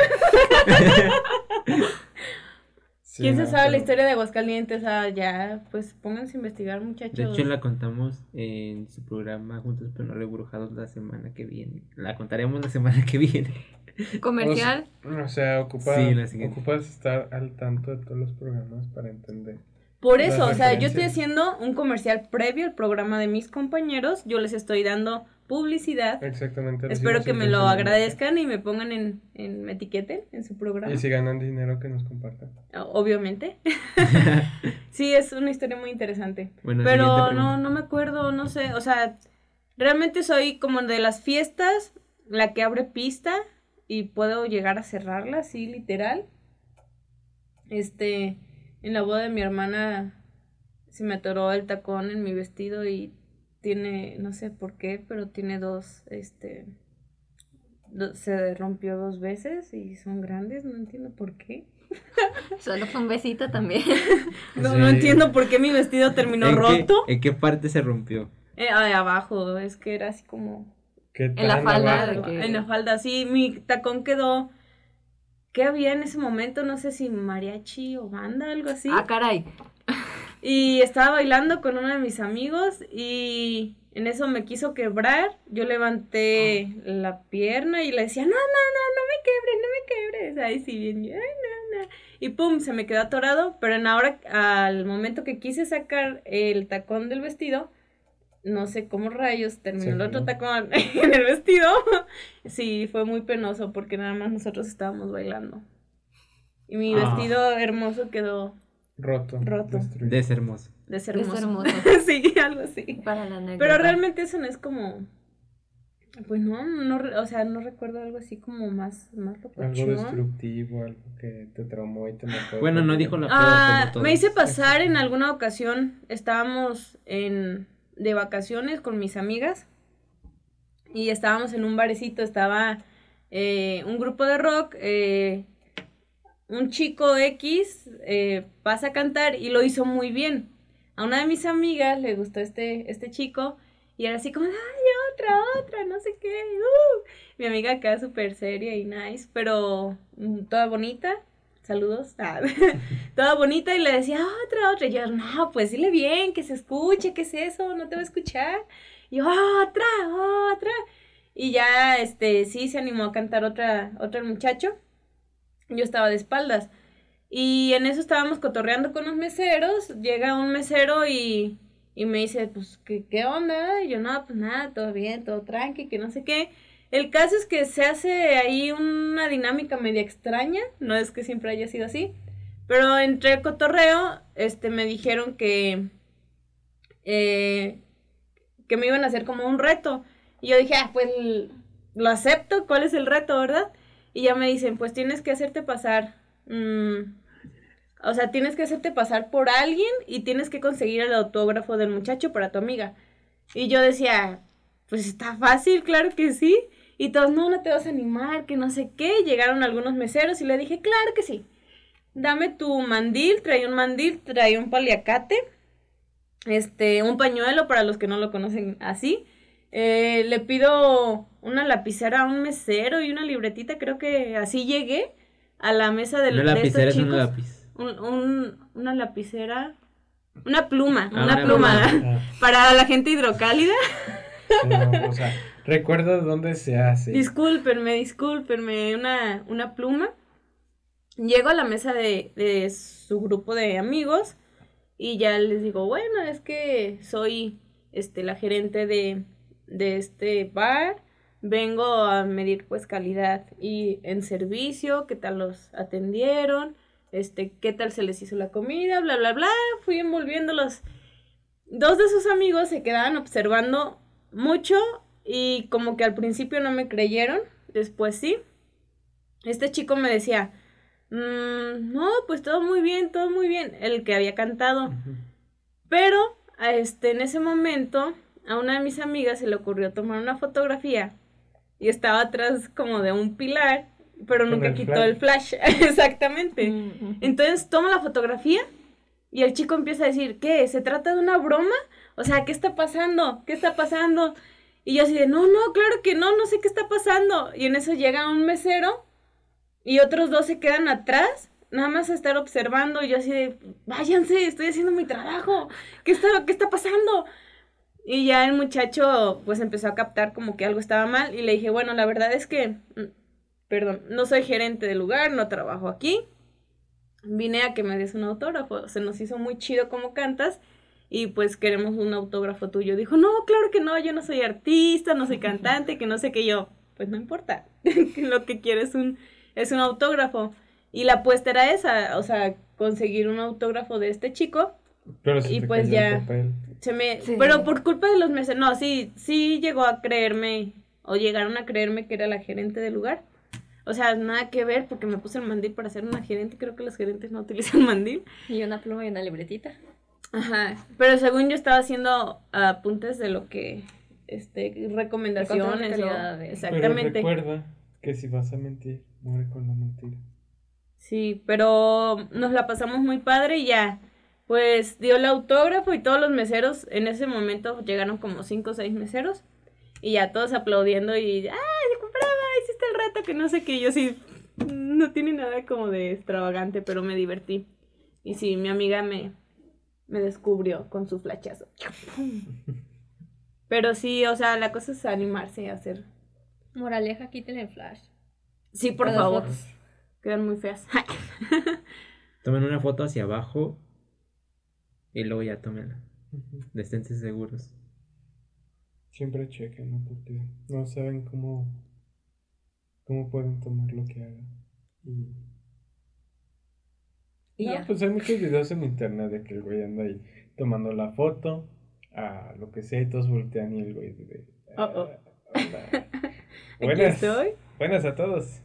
[SPEAKER 1] Sí,
[SPEAKER 2] ¿Quién
[SPEAKER 1] no,
[SPEAKER 2] se sabe la
[SPEAKER 1] pero-
[SPEAKER 2] historia de Aguascalientes? Ah, ya, pues pónganse a investigar, muchachos.
[SPEAKER 3] De hecho, la contamos en su programa Juntos pero no rebrujados la semana que viene. La contaremos la semana que viene.
[SPEAKER 4] Comercial.
[SPEAKER 1] O sea, ocupas,
[SPEAKER 3] Sí, la siguiente.
[SPEAKER 1] ocupas estar al tanto de todos los programas para entender.
[SPEAKER 2] Por
[SPEAKER 1] Las
[SPEAKER 2] eso, o sea, yo estoy
[SPEAKER 1] referencias.
[SPEAKER 2] haciendo un comercial previo al programa de mis compañeros, yo les estoy dando publicidad.
[SPEAKER 1] Exactamente. los
[SPEAKER 2] Espero
[SPEAKER 1] hicimos
[SPEAKER 2] que me lo
[SPEAKER 1] intencionalmente.
[SPEAKER 2] agradezcan y me pongan en, en me etiqueten en su programa.
[SPEAKER 1] Y si ganan dinero, que nos compartan.
[SPEAKER 2] O- Obviamente. sí, es una historia muy interesante.
[SPEAKER 3] Bueno,
[SPEAKER 2] Pero
[SPEAKER 3] siguiente
[SPEAKER 2] no,
[SPEAKER 3] pregunta.
[SPEAKER 2] no me acuerdo, no sé, o sea, realmente soy como de las fiestas, la que abre pista y puedo llegar a cerrarla, sí, literal. Este, en la boda de mi hermana se me atoró el tacón en mi vestido y tiene, no sé por qué, pero tiene dos, este, do- se rompió dos veces y son grandes, no entiendo por qué.
[SPEAKER 4] Solo fue un besito también.
[SPEAKER 2] No,
[SPEAKER 3] Sí.
[SPEAKER 2] no entiendo por qué mi vestido terminó
[SPEAKER 3] ¿En qué-
[SPEAKER 2] roto.
[SPEAKER 3] ¿En qué parte se rompió?
[SPEAKER 2] Eh, ah, de abajo, es que era así como
[SPEAKER 1] ¿Qué
[SPEAKER 4] En la
[SPEAKER 1] tan
[SPEAKER 4] falda
[SPEAKER 1] abajo?
[SPEAKER 4] de que-
[SPEAKER 2] En la falda, sí, mi tacón quedó. ¿Qué había en ese momento? No sé si mariachi o banda, algo así.
[SPEAKER 4] Ah, caray.
[SPEAKER 2] Y estaba bailando con uno de mis amigos y en eso me quiso quebrar. Yo levanté la pierna y le decía, no, no, no, no me quebres, no me quebres. Ahí sí, bien, yo, "Ay, no, no". Y pum, se me quedó atorado, pero en ahora, al momento que quise sacar el tacón del vestido, no sé cómo rayos terminó
[SPEAKER 1] Se
[SPEAKER 2] el
[SPEAKER 1] jaló.
[SPEAKER 2] otro tacón en el vestido. Sí, fue muy penoso porque nada más nosotros estábamos bailando. Y mi
[SPEAKER 3] Ah.
[SPEAKER 2] vestido hermoso quedó
[SPEAKER 1] Roto.
[SPEAKER 2] Roto.
[SPEAKER 1] destruido.
[SPEAKER 3] Es hermoso.
[SPEAKER 4] Es
[SPEAKER 2] deshermoso.
[SPEAKER 4] hermoso.
[SPEAKER 2] sí, algo así.
[SPEAKER 4] Para la anécdota.
[SPEAKER 2] Pero realmente eso no es como. Pues no, no, re- o sea, no recuerdo algo así como más, más
[SPEAKER 1] Algo
[SPEAKER 2] locochón.
[SPEAKER 1] destructivo, algo que te traumó y te mató.
[SPEAKER 3] Bueno, no dijo la-
[SPEAKER 2] Ah,
[SPEAKER 3] Pero como Este.
[SPEAKER 2] me hice
[SPEAKER 3] todos.
[SPEAKER 2] pasar en alguna ocasión, estábamos en, de vacaciones con mis amigas y estábamos en un barecito, estaba eh, un grupo de rock, eh, un chico X eh, pasa a cantar y lo hizo muy bien. A una de mis amigas le gustó este, este chico y era así como, ay, otra, otra, no sé qué. uh". Mi amiga acá súper seria y nice, pero mm, toda bonita. Saludos. Ah, toda bonita y le decía, otra, otra. Y yo, no, pues dile bien, que se escuche, ¿qué es eso? No te va a escuchar. Y yo, otra, otra. Y ya, este, sí, se animó a cantar otra, otro muchacho. Yo estaba de espaldas. Y en eso estábamos cotorreando con los meseros. Llega un mesero y, y me dice, pues, ¿qué, qué onda? Y yo, no, pues nada, todo bien, todo tranqui, que no sé qué. El caso es que se hace ahí una dinámica media extraña. No es que siempre haya sido así. Pero entre el cotorreo, este, me dijeron que, eh, que me iban a hacer como un reto. Y yo dije, ah, pues lo acepto, ¿cuál es el reto, verdad? Y ya me dicen, pues tienes que hacerte pasar, mm, o sea, tienes que hacerte pasar por alguien y tienes que conseguir el autógrafo del muchacho para tu amiga. Y yo decía, pues está fácil, claro que sí. Y todos, no, no te vas a animar, que no sé qué. Llegaron algunos meseros y le dije, claro que sí. Dame tu mandil, trae un mandil, trae un paliacate, este, un pañuelo para los que no lo conocen así. Eh, le pido una lapicera a un mesero y una libretita, creo que así llegué a la mesa del
[SPEAKER 3] Una
[SPEAKER 2] de estos
[SPEAKER 3] lapicera es un
[SPEAKER 2] chicos.
[SPEAKER 3] lápiz.
[SPEAKER 2] Un- un- una lapicera, una pluma, una
[SPEAKER 3] Ah, una
[SPEAKER 2] pluma
[SPEAKER 1] pluma.
[SPEAKER 2] para la gente hidrocálida.
[SPEAKER 1] No, o sea, recuerda dónde se hace.
[SPEAKER 2] Discúlpenme, discúlpenme, una, una pluma. Llego a la mesa de, de su grupo de amigos y ya les digo, bueno, es que soy este, la gerente de, de este bar, vengo a medir pues calidad y en servicio, qué tal los atendieron, este, qué tal se les hizo la comida, bla, bla, bla, fui envolviéndolos. Dos de sus amigos se quedaban observando mucho y como que al principio no me creyeron, después sí. Este chico me decía, "Mm, no, pues todo muy bien, todo muy bien, el que había cantado.
[SPEAKER 1] Ujú.
[SPEAKER 2] Pero a este, en ese momento a una de mis amigas se le ocurrió tomar una fotografía y estaba atrás como de un pilar, pero
[SPEAKER 1] Con
[SPEAKER 2] nunca
[SPEAKER 1] el
[SPEAKER 2] quitó
[SPEAKER 1] flash.
[SPEAKER 2] el flash, exactamente.
[SPEAKER 4] Mm, mm.
[SPEAKER 2] Entonces toma la fotografía y el chico empieza a decir, ¿qué? ¿Se trata de una broma? O sea, ¿qué está pasando? ¿Qué está pasando? Y yo así de, no, no, claro que no, no sé qué está pasando. Y en eso llega un mesero y otros dos se quedan atrás, nada más a estar observando. Y yo así de, váyanse, estoy haciendo mi trabajo. ¿Qué está, qué está pasando? Y ya el muchacho pues empezó a captar como que algo estaba mal y le dije, bueno, la verdad es que, mm, perdón, no soy gerente del lugar, no trabajo aquí vine a que me des un autógrafo. Se nos hizo muy chido como cantas y pues queremos un autógrafo tuyo. Dijo, no, claro que no, yo no soy artista, no soy cantante, que no sé qué yo. Pues no importa, lo que quiero es un, es un autógrafo. Y la apuesta era esa, o sea, conseguir un autógrafo de este chico.
[SPEAKER 1] Pero se
[SPEAKER 2] Y
[SPEAKER 1] te
[SPEAKER 2] pues
[SPEAKER 1] cayó el
[SPEAKER 2] ya.
[SPEAKER 1] papel.
[SPEAKER 2] Se me,
[SPEAKER 4] Sí.
[SPEAKER 2] Pero por culpa de los meses, no, sí, sí llegó a creerme, o llegaron a creerme que era la gerente del lugar. O sea, nada que ver, porque me puse el mandil para ser una gerente, creo que los gerentes no utilizan mandil.
[SPEAKER 5] Y una pluma y una libretita.
[SPEAKER 2] Ajá, pero según yo estaba haciendo apuntes de lo que, este,
[SPEAKER 5] Control de
[SPEAKER 2] recomendaciones o-
[SPEAKER 5] calidad de-
[SPEAKER 2] exactamente.
[SPEAKER 1] Pero recuerda que si vas a mentir, muere con la mentira.
[SPEAKER 2] sí, pero nos la pasamos muy padre y ya, pues dio el autógrafo y todos los meseros, en ese momento llegaron como cinco o seis meseros y ya todos aplaudiendo y, ¡ay, brava, hiciste el reto! Que no sé qué, y yo sí, no tiene nada como de extravagante, pero me divertí. Y sí, mi amiga me, me descubrió con su flachazo. Pero sí, o sea, la cosa es animarse a hacer.
[SPEAKER 5] Moraleja, quiten el flash.
[SPEAKER 2] Sí, por
[SPEAKER 5] Todas
[SPEAKER 2] favor.
[SPEAKER 5] fotos.
[SPEAKER 2] Quedan muy feas.
[SPEAKER 3] Tomen una foto hacia abajo y luego ya tómenla.
[SPEAKER 1] Ujú.
[SPEAKER 3] Esténse seguros.
[SPEAKER 1] Siempre chequen, ¿no? Porque no saben cómo, cómo pueden tomar lo que hagan. Y...
[SPEAKER 5] Y
[SPEAKER 1] No,
[SPEAKER 5] ya.
[SPEAKER 1] pues hay muchos videos en internet de que el güey anda ahí tomando la foto a lo que sea y todos voltean y el güey de...
[SPEAKER 2] Oh, oh.
[SPEAKER 1] "Ah, hola".
[SPEAKER 2] Aquí
[SPEAKER 1] Buenas.
[SPEAKER 2] estoy.
[SPEAKER 1] Buenas a todos.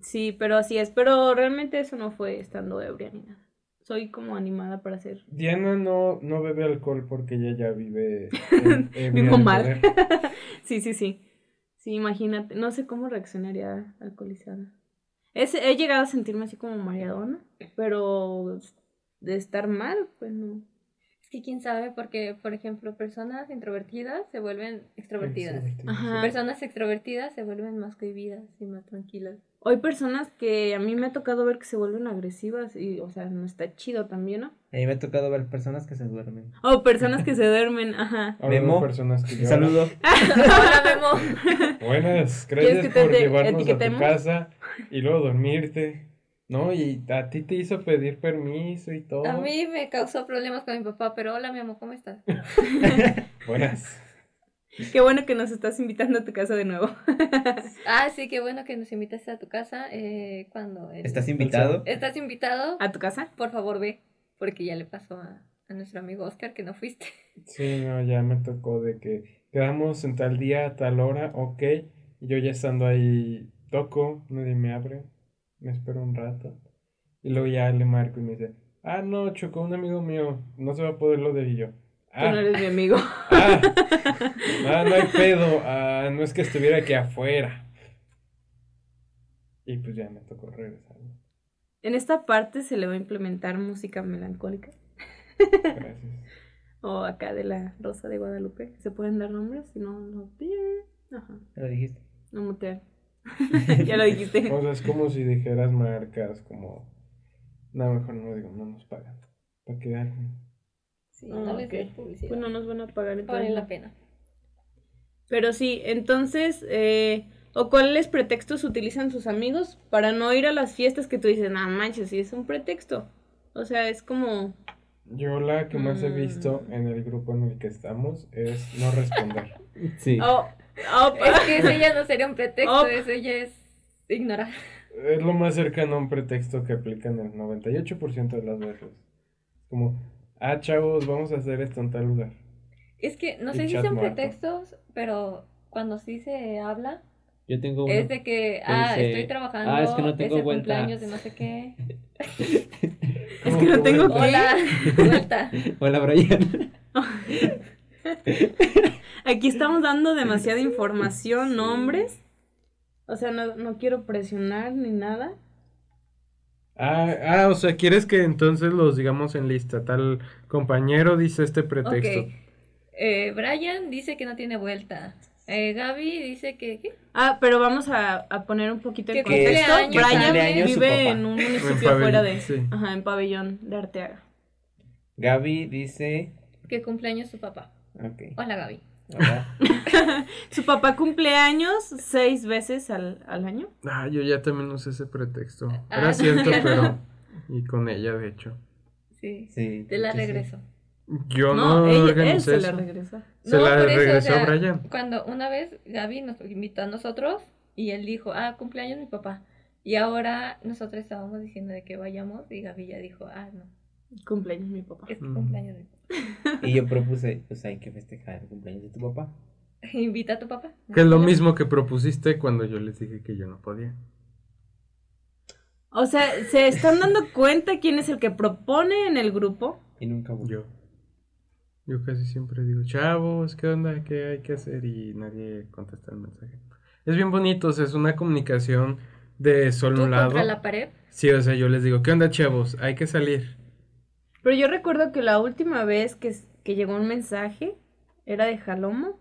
[SPEAKER 2] Sí, pero así es. Pero realmente eso no fue estando ebria ni nada. Soy como animada para hacer.
[SPEAKER 1] Diana no, no bebe alcohol porque ella ya vive... en- ebria
[SPEAKER 2] Vivo
[SPEAKER 1] de
[SPEAKER 2] mal.
[SPEAKER 1] poder.
[SPEAKER 2] Sí, sí, sí. Sí, imagínate. No sé cómo reaccionaría alcoholizada. Es- he llegado a sentirme así como mareadona, pero de estar mal, pues no.
[SPEAKER 5] Es que quién sabe, porque, por ejemplo, personas introvertidas se vuelven extrovertidas.
[SPEAKER 1] Extrovertida,
[SPEAKER 2] Ajá.
[SPEAKER 5] Personas extrovertidas se vuelven más cohibidas y más tranquilas.
[SPEAKER 2] Hay personas que a mí me ha tocado ver que se vuelven agresivas y, o sea, no está chido también, ¿no?
[SPEAKER 3] A mí me ha tocado ver personas que se duermen.
[SPEAKER 2] O personas que se duermen, ajá.
[SPEAKER 1] sí. Hablando de
[SPEAKER 3] Memo,
[SPEAKER 1] personas que
[SPEAKER 3] Un
[SPEAKER 1] lloran.
[SPEAKER 3] saludo.
[SPEAKER 5] Hola, Memo.
[SPEAKER 1] Buenas,
[SPEAKER 2] ¿Quieres
[SPEAKER 1] gracias
[SPEAKER 2] que te
[SPEAKER 1] por
[SPEAKER 2] de-
[SPEAKER 1] llevarnos a tu
[SPEAKER 2] etiquetemos?
[SPEAKER 1] casa y luego dormirte. No, y a ti te hizo pedir permiso y todo.
[SPEAKER 5] A mí me causó problemas con mi papá, pero hola, mi amor, ¿cómo estás?
[SPEAKER 1] Buenas.
[SPEAKER 2] Qué bueno que nos estás invitando a tu casa de nuevo.
[SPEAKER 5] Ah, sí, qué bueno que nos invitas a tu casa eh, cuando... el-
[SPEAKER 3] ¿Estás invitado?
[SPEAKER 5] Estás invitado,
[SPEAKER 2] ¿A tu casa?
[SPEAKER 5] por favor ve, porque ya le pasó a, a nuestro amigo Oscar que no fuiste.
[SPEAKER 1] Sí, no, ya me tocó de que quedamos en tal día, a tal hora, ok. Y yo ya estando ahí, toco, nadie me abre, me espero un rato. Y luego ya le marco y me dice, ah, no, chocó un amigo mío, no se va a poder lo de y yo.
[SPEAKER 2] Tú no
[SPEAKER 1] Ah,
[SPEAKER 2] eres mi amigo.
[SPEAKER 1] ah, ah, no hay pedo, ah, no es que estuviera aquí afuera. Y pues ya me tocó regresar. ¿no?
[SPEAKER 2] En esta parte se le va a implementar música melancólica.
[SPEAKER 1] Gracias.
[SPEAKER 2] O acá de la Rosa de Guadalupe. ¿Se pueden dar nombres? Si no, no. Ajá.
[SPEAKER 3] Lo dijiste.
[SPEAKER 2] No mutear. ya lo dijiste.
[SPEAKER 1] O sea, es como si dijeras marcas como... No, mejor no digo, no nos pagan. Para quedar...
[SPEAKER 5] Sí,
[SPEAKER 2] Ah,
[SPEAKER 5] no les
[SPEAKER 2] ok.
[SPEAKER 5] des publicidad.
[SPEAKER 2] Pues no nos van a pagar
[SPEAKER 5] vale
[SPEAKER 2] entonces.
[SPEAKER 5] la pena.
[SPEAKER 2] Pero sí, entonces, eh, ¿o cuáles pretextos utilizan sus amigos para no ir a las fiestas que tú dices, no manches, sí es un pretexto? O sea, es como,
[SPEAKER 1] Yo la que más he visto
[SPEAKER 2] Mm.
[SPEAKER 1] en el grupo en el que estamos es no responder.
[SPEAKER 3] Sí.
[SPEAKER 2] oh, oh,
[SPEAKER 5] Es que eso ya no sería un pretexto,
[SPEAKER 2] Oh.
[SPEAKER 5] eso ya es ignorar.
[SPEAKER 1] es lo más cercano a un pretexto que aplican el 98% de las veces. Como, ah, chavos, vamos a hacer esto en tal lugar.
[SPEAKER 5] Es que no
[SPEAKER 1] Y
[SPEAKER 5] sé si
[SPEAKER 1] chat
[SPEAKER 5] son
[SPEAKER 1] muerto.
[SPEAKER 5] pretextos, pero cuando sí se habla,
[SPEAKER 3] Yo tengo uno.
[SPEAKER 5] es de que, ah,
[SPEAKER 3] dice,
[SPEAKER 5] estoy trabajando,
[SPEAKER 3] "Ah, es que no tengo
[SPEAKER 5] el
[SPEAKER 3] vuelta".
[SPEAKER 5] cumpleaños de no sé qué.
[SPEAKER 2] es que no tengo
[SPEAKER 1] Como,
[SPEAKER 2] que
[SPEAKER 5] Hola, vuelta.
[SPEAKER 3] Hola, Brian.
[SPEAKER 2] Aquí estamos dando demasiada información, nombres. O sea, no, no quiero presionar ni nada.
[SPEAKER 1] Ah, ah, o sea, ¿quieres que entonces los digamos en lista? Tal compañero dice este pretexto.
[SPEAKER 5] Ok. Eh, Brian dice que no tiene vuelta. Eh, Gaby dice que. ¿qué?
[SPEAKER 2] Ah, pero vamos a, a poner un poquito en
[SPEAKER 5] Que
[SPEAKER 2] contexto.
[SPEAKER 5] cumpleaños,
[SPEAKER 2] Brian
[SPEAKER 3] cumpleaños su
[SPEAKER 2] vive
[SPEAKER 3] papá.
[SPEAKER 2] en un
[SPEAKER 1] En
[SPEAKER 2] municipio
[SPEAKER 1] pabellón,
[SPEAKER 2] fuera de...
[SPEAKER 1] sí.
[SPEAKER 2] Ajá, en pabellón de Arteaga.
[SPEAKER 3] Gaby dice.
[SPEAKER 5] Que cumpleaños su papá.
[SPEAKER 3] Ok.
[SPEAKER 5] Hola, Gaby.
[SPEAKER 3] Hola.
[SPEAKER 2] Su papá cumpleaños seis veces al, al año.
[SPEAKER 1] Ah, yo ya también usé ese pretexto.
[SPEAKER 5] Ah,
[SPEAKER 1] Era
[SPEAKER 5] sí.
[SPEAKER 1] cierto, pero... Y con ella, de hecho.
[SPEAKER 5] Sí.
[SPEAKER 3] Sí.
[SPEAKER 5] Te la
[SPEAKER 3] creo que sí.
[SPEAKER 5] regreso.
[SPEAKER 1] Yo no,
[SPEAKER 2] ella- él
[SPEAKER 1] organizé
[SPEAKER 2] se la
[SPEAKER 1] eso.
[SPEAKER 2] regresa.
[SPEAKER 1] Se
[SPEAKER 5] No,
[SPEAKER 1] la
[SPEAKER 5] por eso, o
[SPEAKER 1] regresó
[SPEAKER 5] sea,
[SPEAKER 1] Brian.
[SPEAKER 5] Cuando una vez Gaby nos invitó a nosotros y él dijo, ah, cumpleaños mi papá. Y ahora nosotros estábamos diciendo de que vayamos y Gaby ya dijo, ah, no,
[SPEAKER 2] Cumpleaños mi papá.
[SPEAKER 5] es que
[SPEAKER 1] Mm.
[SPEAKER 5] cumpleaños de mi papá.
[SPEAKER 3] Y yo propuse, pues hay que festejar el cumpleaños de tu papá.
[SPEAKER 5] Invita a tu papá.
[SPEAKER 1] Que es lo mismo que propusiste cuando yo les dije que yo no podía.
[SPEAKER 2] O sea, ¿se están dando cuenta quién es el que propone en el grupo?
[SPEAKER 3] Y nunca volvió.
[SPEAKER 1] Yo. Yo casi siempre digo, chavos, ¿qué onda? ¿Qué hay que hacer? Y nadie contesta el mensaje. Es bien bonito, o sea, es una comunicación de
[SPEAKER 5] Tú
[SPEAKER 1] solo un lado.
[SPEAKER 5] contra la pared.
[SPEAKER 1] Sí, o sea, yo les digo, ¿qué onda, chavos? Hay que salir.
[SPEAKER 2] Pero yo recuerdo que la última vez que, que llegó un mensaje era de Jalomo,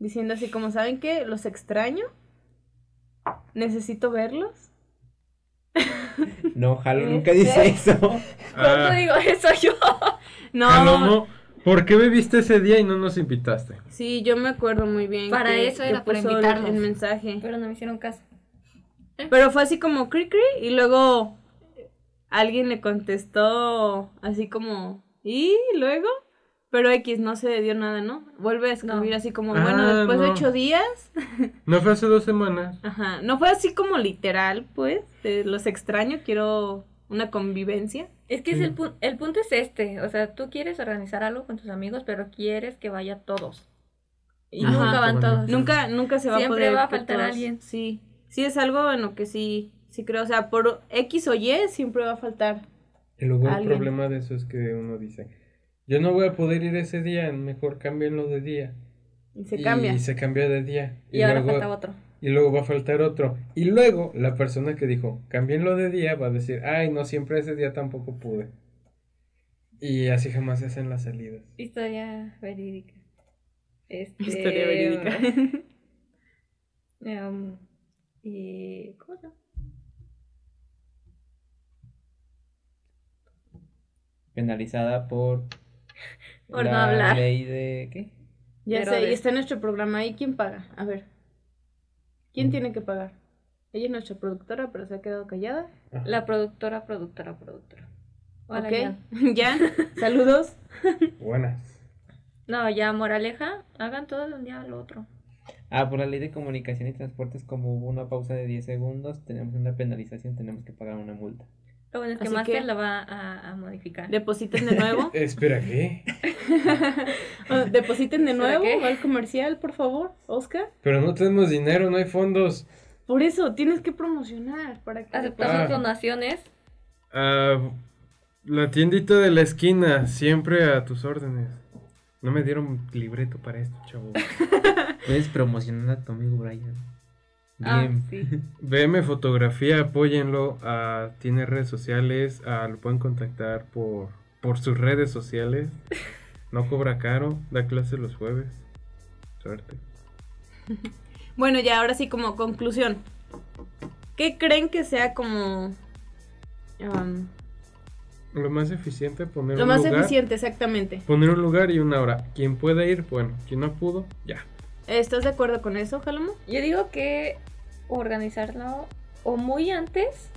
[SPEAKER 2] diciendo así como, ¿saben qué? Los extraño, necesito verlos.
[SPEAKER 3] No, Jalo nunca dice eso.
[SPEAKER 5] ¿Cuándo
[SPEAKER 1] Ah,
[SPEAKER 5] digo eso yo?
[SPEAKER 2] No,
[SPEAKER 1] Jalomo, ¿por qué bebiste ese día y no nos invitaste?
[SPEAKER 2] sí, yo me acuerdo muy bien.
[SPEAKER 5] Para eso era, para
[SPEAKER 2] puso el-
[SPEAKER 5] invitarlos.
[SPEAKER 2] El mensaje.
[SPEAKER 5] Pero no me hicieron caso.
[SPEAKER 2] Pero fue así como cri cri y luego alguien le contestó así como y luego pero X no se dio nada, ¿no? Vuelve a escribir
[SPEAKER 5] No.
[SPEAKER 2] así como,
[SPEAKER 1] Ah,
[SPEAKER 2] bueno, después de
[SPEAKER 1] no.
[SPEAKER 2] ocho días.
[SPEAKER 1] No fue hace dos semanas.
[SPEAKER 2] Ajá. No fue así como literal, pues. de los extraño, quiero una convivencia.
[SPEAKER 5] Es que es
[SPEAKER 1] Sí.
[SPEAKER 5] el, pu- el punto es este, o sea, tú quieres organizar algo con tus amigos, pero quieres que vaya todos. Y
[SPEAKER 2] Ajá.
[SPEAKER 5] nunca van
[SPEAKER 1] Nunca van
[SPEAKER 5] todos.
[SPEAKER 2] Nunca, nunca se va a
[SPEAKER 5] Siempre
[SPEAKER 2] poder.
[SPEAKER 5] va a
[SPEAKER 2] que
[SPEAKER 5] faltar alguien.
[SPEAKER 2] Sí. Sí, es algo en lo que sí, sí creo. O sea, por X o Y siempre va a faltar.
[SPEAKER 1] Y luego el
[SPEAKER 2] Alguien.
[SPEAKER 1] problema de eso es que uno dice, yo no voy a poder ir ese día, mejor cámbienlo de día.
[SPEAKER 2] Y se
[SPEAKER 1] Y
[SPEAKER 2] cambia.
[SPEAKER 1] se cambia de día.
[SPEAKER 5] Y, ahora
[SPEAKER 1] luego-
[SPEAKER 5] falta otro.
[SPEAKER 1] Y luego va a faltar otro. Y luego la persona que dijo, cambienlo de día, va a decir, ay, no, siempre ese día tampoco pude. Y así jamás se hacen las salidas.
[SPEAKER 5] Historia verídica. Este,
[SPEAKER 2] Historia verídica.
[SPEAKER 5] em, y, ¿Cómo se llama?
[SPEAKER 3] Penalizada por.
[SPEAKER 5] Por no hablar.
[SPEAKER 3] ley de. ¿Qué?
[SPEAKER 2] Ya
[SPEAKER 5] Pero
[SPEAKER 2] sé,
[SPEAKER 5] de-
[SPEAKER 2] y está en nuestro programa. ¿Y quién paga? A ver. ¿Quién tiene que pagar? Ella es nuestra productora, pero se ha quedado callada.
[SPEAKER 5] La productora, productora, productora. Hola,
[SPEAKER 2] ok.
[SPEAKER 5] Jan.
[SPEAKER 2] Jan, saludos.
[SPEAKER 1] Buenas.
[SPEAKER 5] No, ya, moraleja, hagan todo de un día al otro.
[SPEAKER 3] Ah, por la ley de comunicación y transportes, como hubo una pausa de 10 segundos, tenemos una penalización, tenemos que pagar una multa.
[SPEAKER 5] Lo bueno es que
[SPEAKER 2] Así
[SPEAKER 5] Master
[SPEAKER 2] que-
[SPEAKER 5] la va a, a modificar.
[SPEAKER 2] Depositen de nuevo.
[SPEAKER 1] Espera, ¿qué?
[SPEAKER 2] Oh, Depositen de
[SPEAKER 5] ¿Será
[SPEAKER 2] nuevo.
[SPEAKER 5] qué?
[SPEAKER 2] Va al comercial, por favor, Oscar.
[SPEAKER 1] Pero no tenemos dinero, no hay fondos.
[SPEAKER 2] Por eso tienes que promocionar para que
[SPEAKER 5] Aceptamos
[SPEAKER 1] Ah.
[SPEAKER 5] donaciones.
[SPEAKER 1] Ah, la tiendita de la esquina, siempre a tus órdenes. No me dieron libreto para esto, chavo.
[SPEAKER 3] Puedes promocionar a tu amigo Brian.
[SPEAKER 5] Ah,
[SPEAKER 3] Bien.
[SPEAKER 5] sí.
[SPEAKER 1] BM Fotografía, apóyenlo. ah, tiene redes sociales. ah, lo pueden contactar por, por sus redes sociales. No cobra caro. Da clases los jueves. Suerte.
[SPEAKER 2] Bueno, ya ahora sí como conclusión. ¿Qué creen que sea como um,
[SPEAKER 1] Lo más eficiente poner
[SPEAKER 2] lo
[SPEAKER 1] un
[SPEAKER 2] más
[SPEAKER 1] lugar.
[SPEAKER 2] eficiente exactamente?
[SPEAKER 1] Poner un lugar y una hora. Quien pueda ir, bueno. Quien no pudo, ya.
[SPEAKER 2] ¿Estás de acuerdo con eso, Jalomo?
[SPEAKER 5] Yo digo que organizarlo o muy antes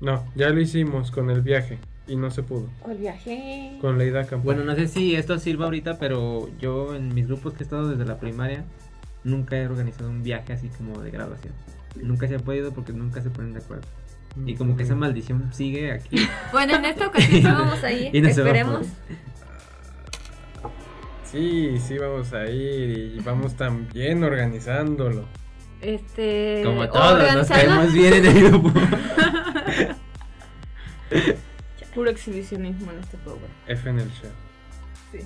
[SPEAKER 1] No, ya lo hicimos con el viaje. Y no se pudo.
[SPEAKER 5] o el viaje.
[SPEAKER 1] Con la ida a acampar.
[SPEAKER 3] Bueno, no sé si esto sirva ahorita, pero yo en mis grupos que he estado desde la primaria, nunca he organizado un viaje así como de graduación. Nunca se ha podido porque nunca se ponen de acuerdo. Y como que esa maldición sigue aquí.
[SPEAKER 5] Bueno, en esta ocasión no vamos a ir.
[SPEAKER 3] Y no se va a
[SPEAKER 5] Esperemos.
[SPEAKER 1] Sí, sí, vamos a ir. Y vamos también organizándolo.
[SPEAKER 5] eh,
[SPEAKER 4] Este.
[SPEAKER 3] Como todos, nos
[SPEAKER 4] organizarlo-
[SPEAKER 3] caemos bien en el grupo.
[SPEAKER 2] Puro exhibicionismo en este programa.
[SPEAKER 1] F en el chat.
[SPEAKER 5] Sí.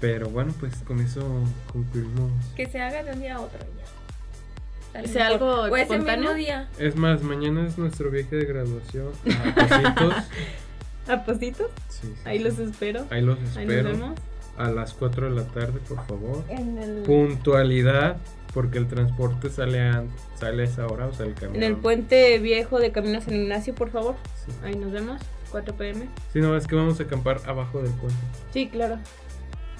[SPEAKER 1] Pero bueno, pues con eso concluimos.
[SPEAKER 5] Que se haga de un día a otro. y ya. Tal
[SPEAKER 2] Que
[SPEAKER 5] vez
[SPEAKER 2] sea
[SPEAKER 5] mejor.
[SPEAKER 2] algo
[SPEAKER 5] O ese mismo
[SPEAKER 2] espontáneo.
[SPEAKER 5] día.
[SPEAKER 1] Es más, mañana es nuestro viaje de graduación a Cositos.
[SPEAKER 2] ¿A pasitos?
[SPEAKER 1] Sí, sí,
[SPEAKER 2] pues Ahí
[SPEAKER 1] sí.
[SPEAKER 2] los espero.
[SPEAKER 1] Ahí los
[SPEAKER 2] Ahí nos
[SPEAKER 1] espero.
[SPEAKER 2] vemos. Eh.
[SPEAKER 1] a las 4 de la tarde, por favor.
[SPEAKER 5] En el.
[SPEAKER 1] Puntualidad, porque el transporte sale a, sale a esa hora, o sea, el camión.
[SPEAKER 2] En el puente viejo de Camino a San Ignacio, por favor.
[SPEAKER 1] Sí.
[SPEAKER 2] Ahí nos vemos. 4 pm.
[SPEAKER 1] Sí, no, es que vamos a acampar abajo del puente.
[SPEAKER 2] Sí, claro.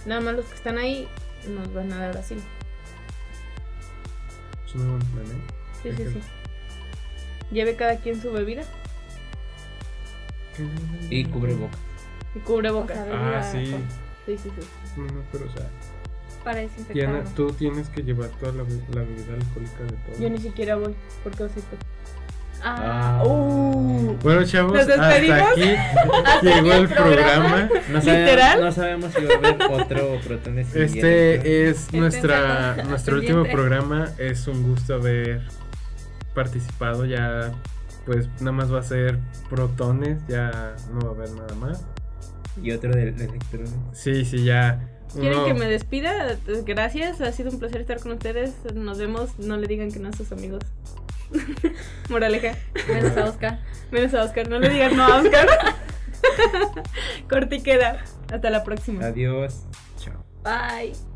[SPEAKER 2] Nada más los que están ahí nos van a dar así.
[SPEAKER 1] Es un buen plan, ¿eh?
[SPEAKER 2] Sí, sí, sí. Lleve cada quien su bebida
[SPEAKER 3] Y cubre boca.
[SPEAKER 2] y cubre
[SPEAKER 5] O sea,
[SPEAKER 2] boca.
[SPEAKER 1] Mm. Ah, sí.
[SPEAKER 2] Sí, sí, sí.
[SPEAKER 1] No, no, pero o sea,
[SPEAKER 5] Para
[SPEAKER 1] Diana,
[SPEAKER 5] desinfectarlo.
[SPEAKER 1] tú tienes que llevar toda la, be- la bebida alcohólica de todo.
[SPEAKER 2] Yo ni siquiera voy porque osito.
[SPEAKER 5] Ah,
[SPEAKER 1] Bueno, chavos,
[SPEAKER 2] Nos
[SPEAKER 1] hasta aquí
[SPEAKER 2] despedimos.
[SPEAKER 1] llegó el programa.
[SPEAKER 3] No
[SPEAKER 2] ¿Literal?
[SPEAKER 3] sabemos, no sabemos si va a haber otro protón de siguiente.
[SPEAKER 1] Este es
[SPEAKER 5] Estén
[SPEAKER 1] nuestra,
[SPEAKER 5] atentos,
[SPEAKER 1] nuestro último
[SPEAKER 5] pendientes.
[SPEAKER 1] programa. Es un gusto haber participado. Ya, pues nada más va a ser protones. Ya no va a haber nada más.
[SPEAKER 3] Y otro del electrón.
[SPEAKER 1] Sí, sí, ya.
[SPEAKER 2] ¿Quieren
[SPEAKER 1] uno-
[SPEAKER 2] que me despida? Gracias, ha sido un placer estar con ustedes. Nos vemos, no le digan que no a sus amigos. Moraleja,
[SPEAKER 5] menos a Oscar.
[SPEAKER 2] menos a Oscar, no le digan no a Oscar. Corti queda. Hasta la próxima.
[SPEAKER 3] Adiós. Chao.
[SPEAKER 5] Bye.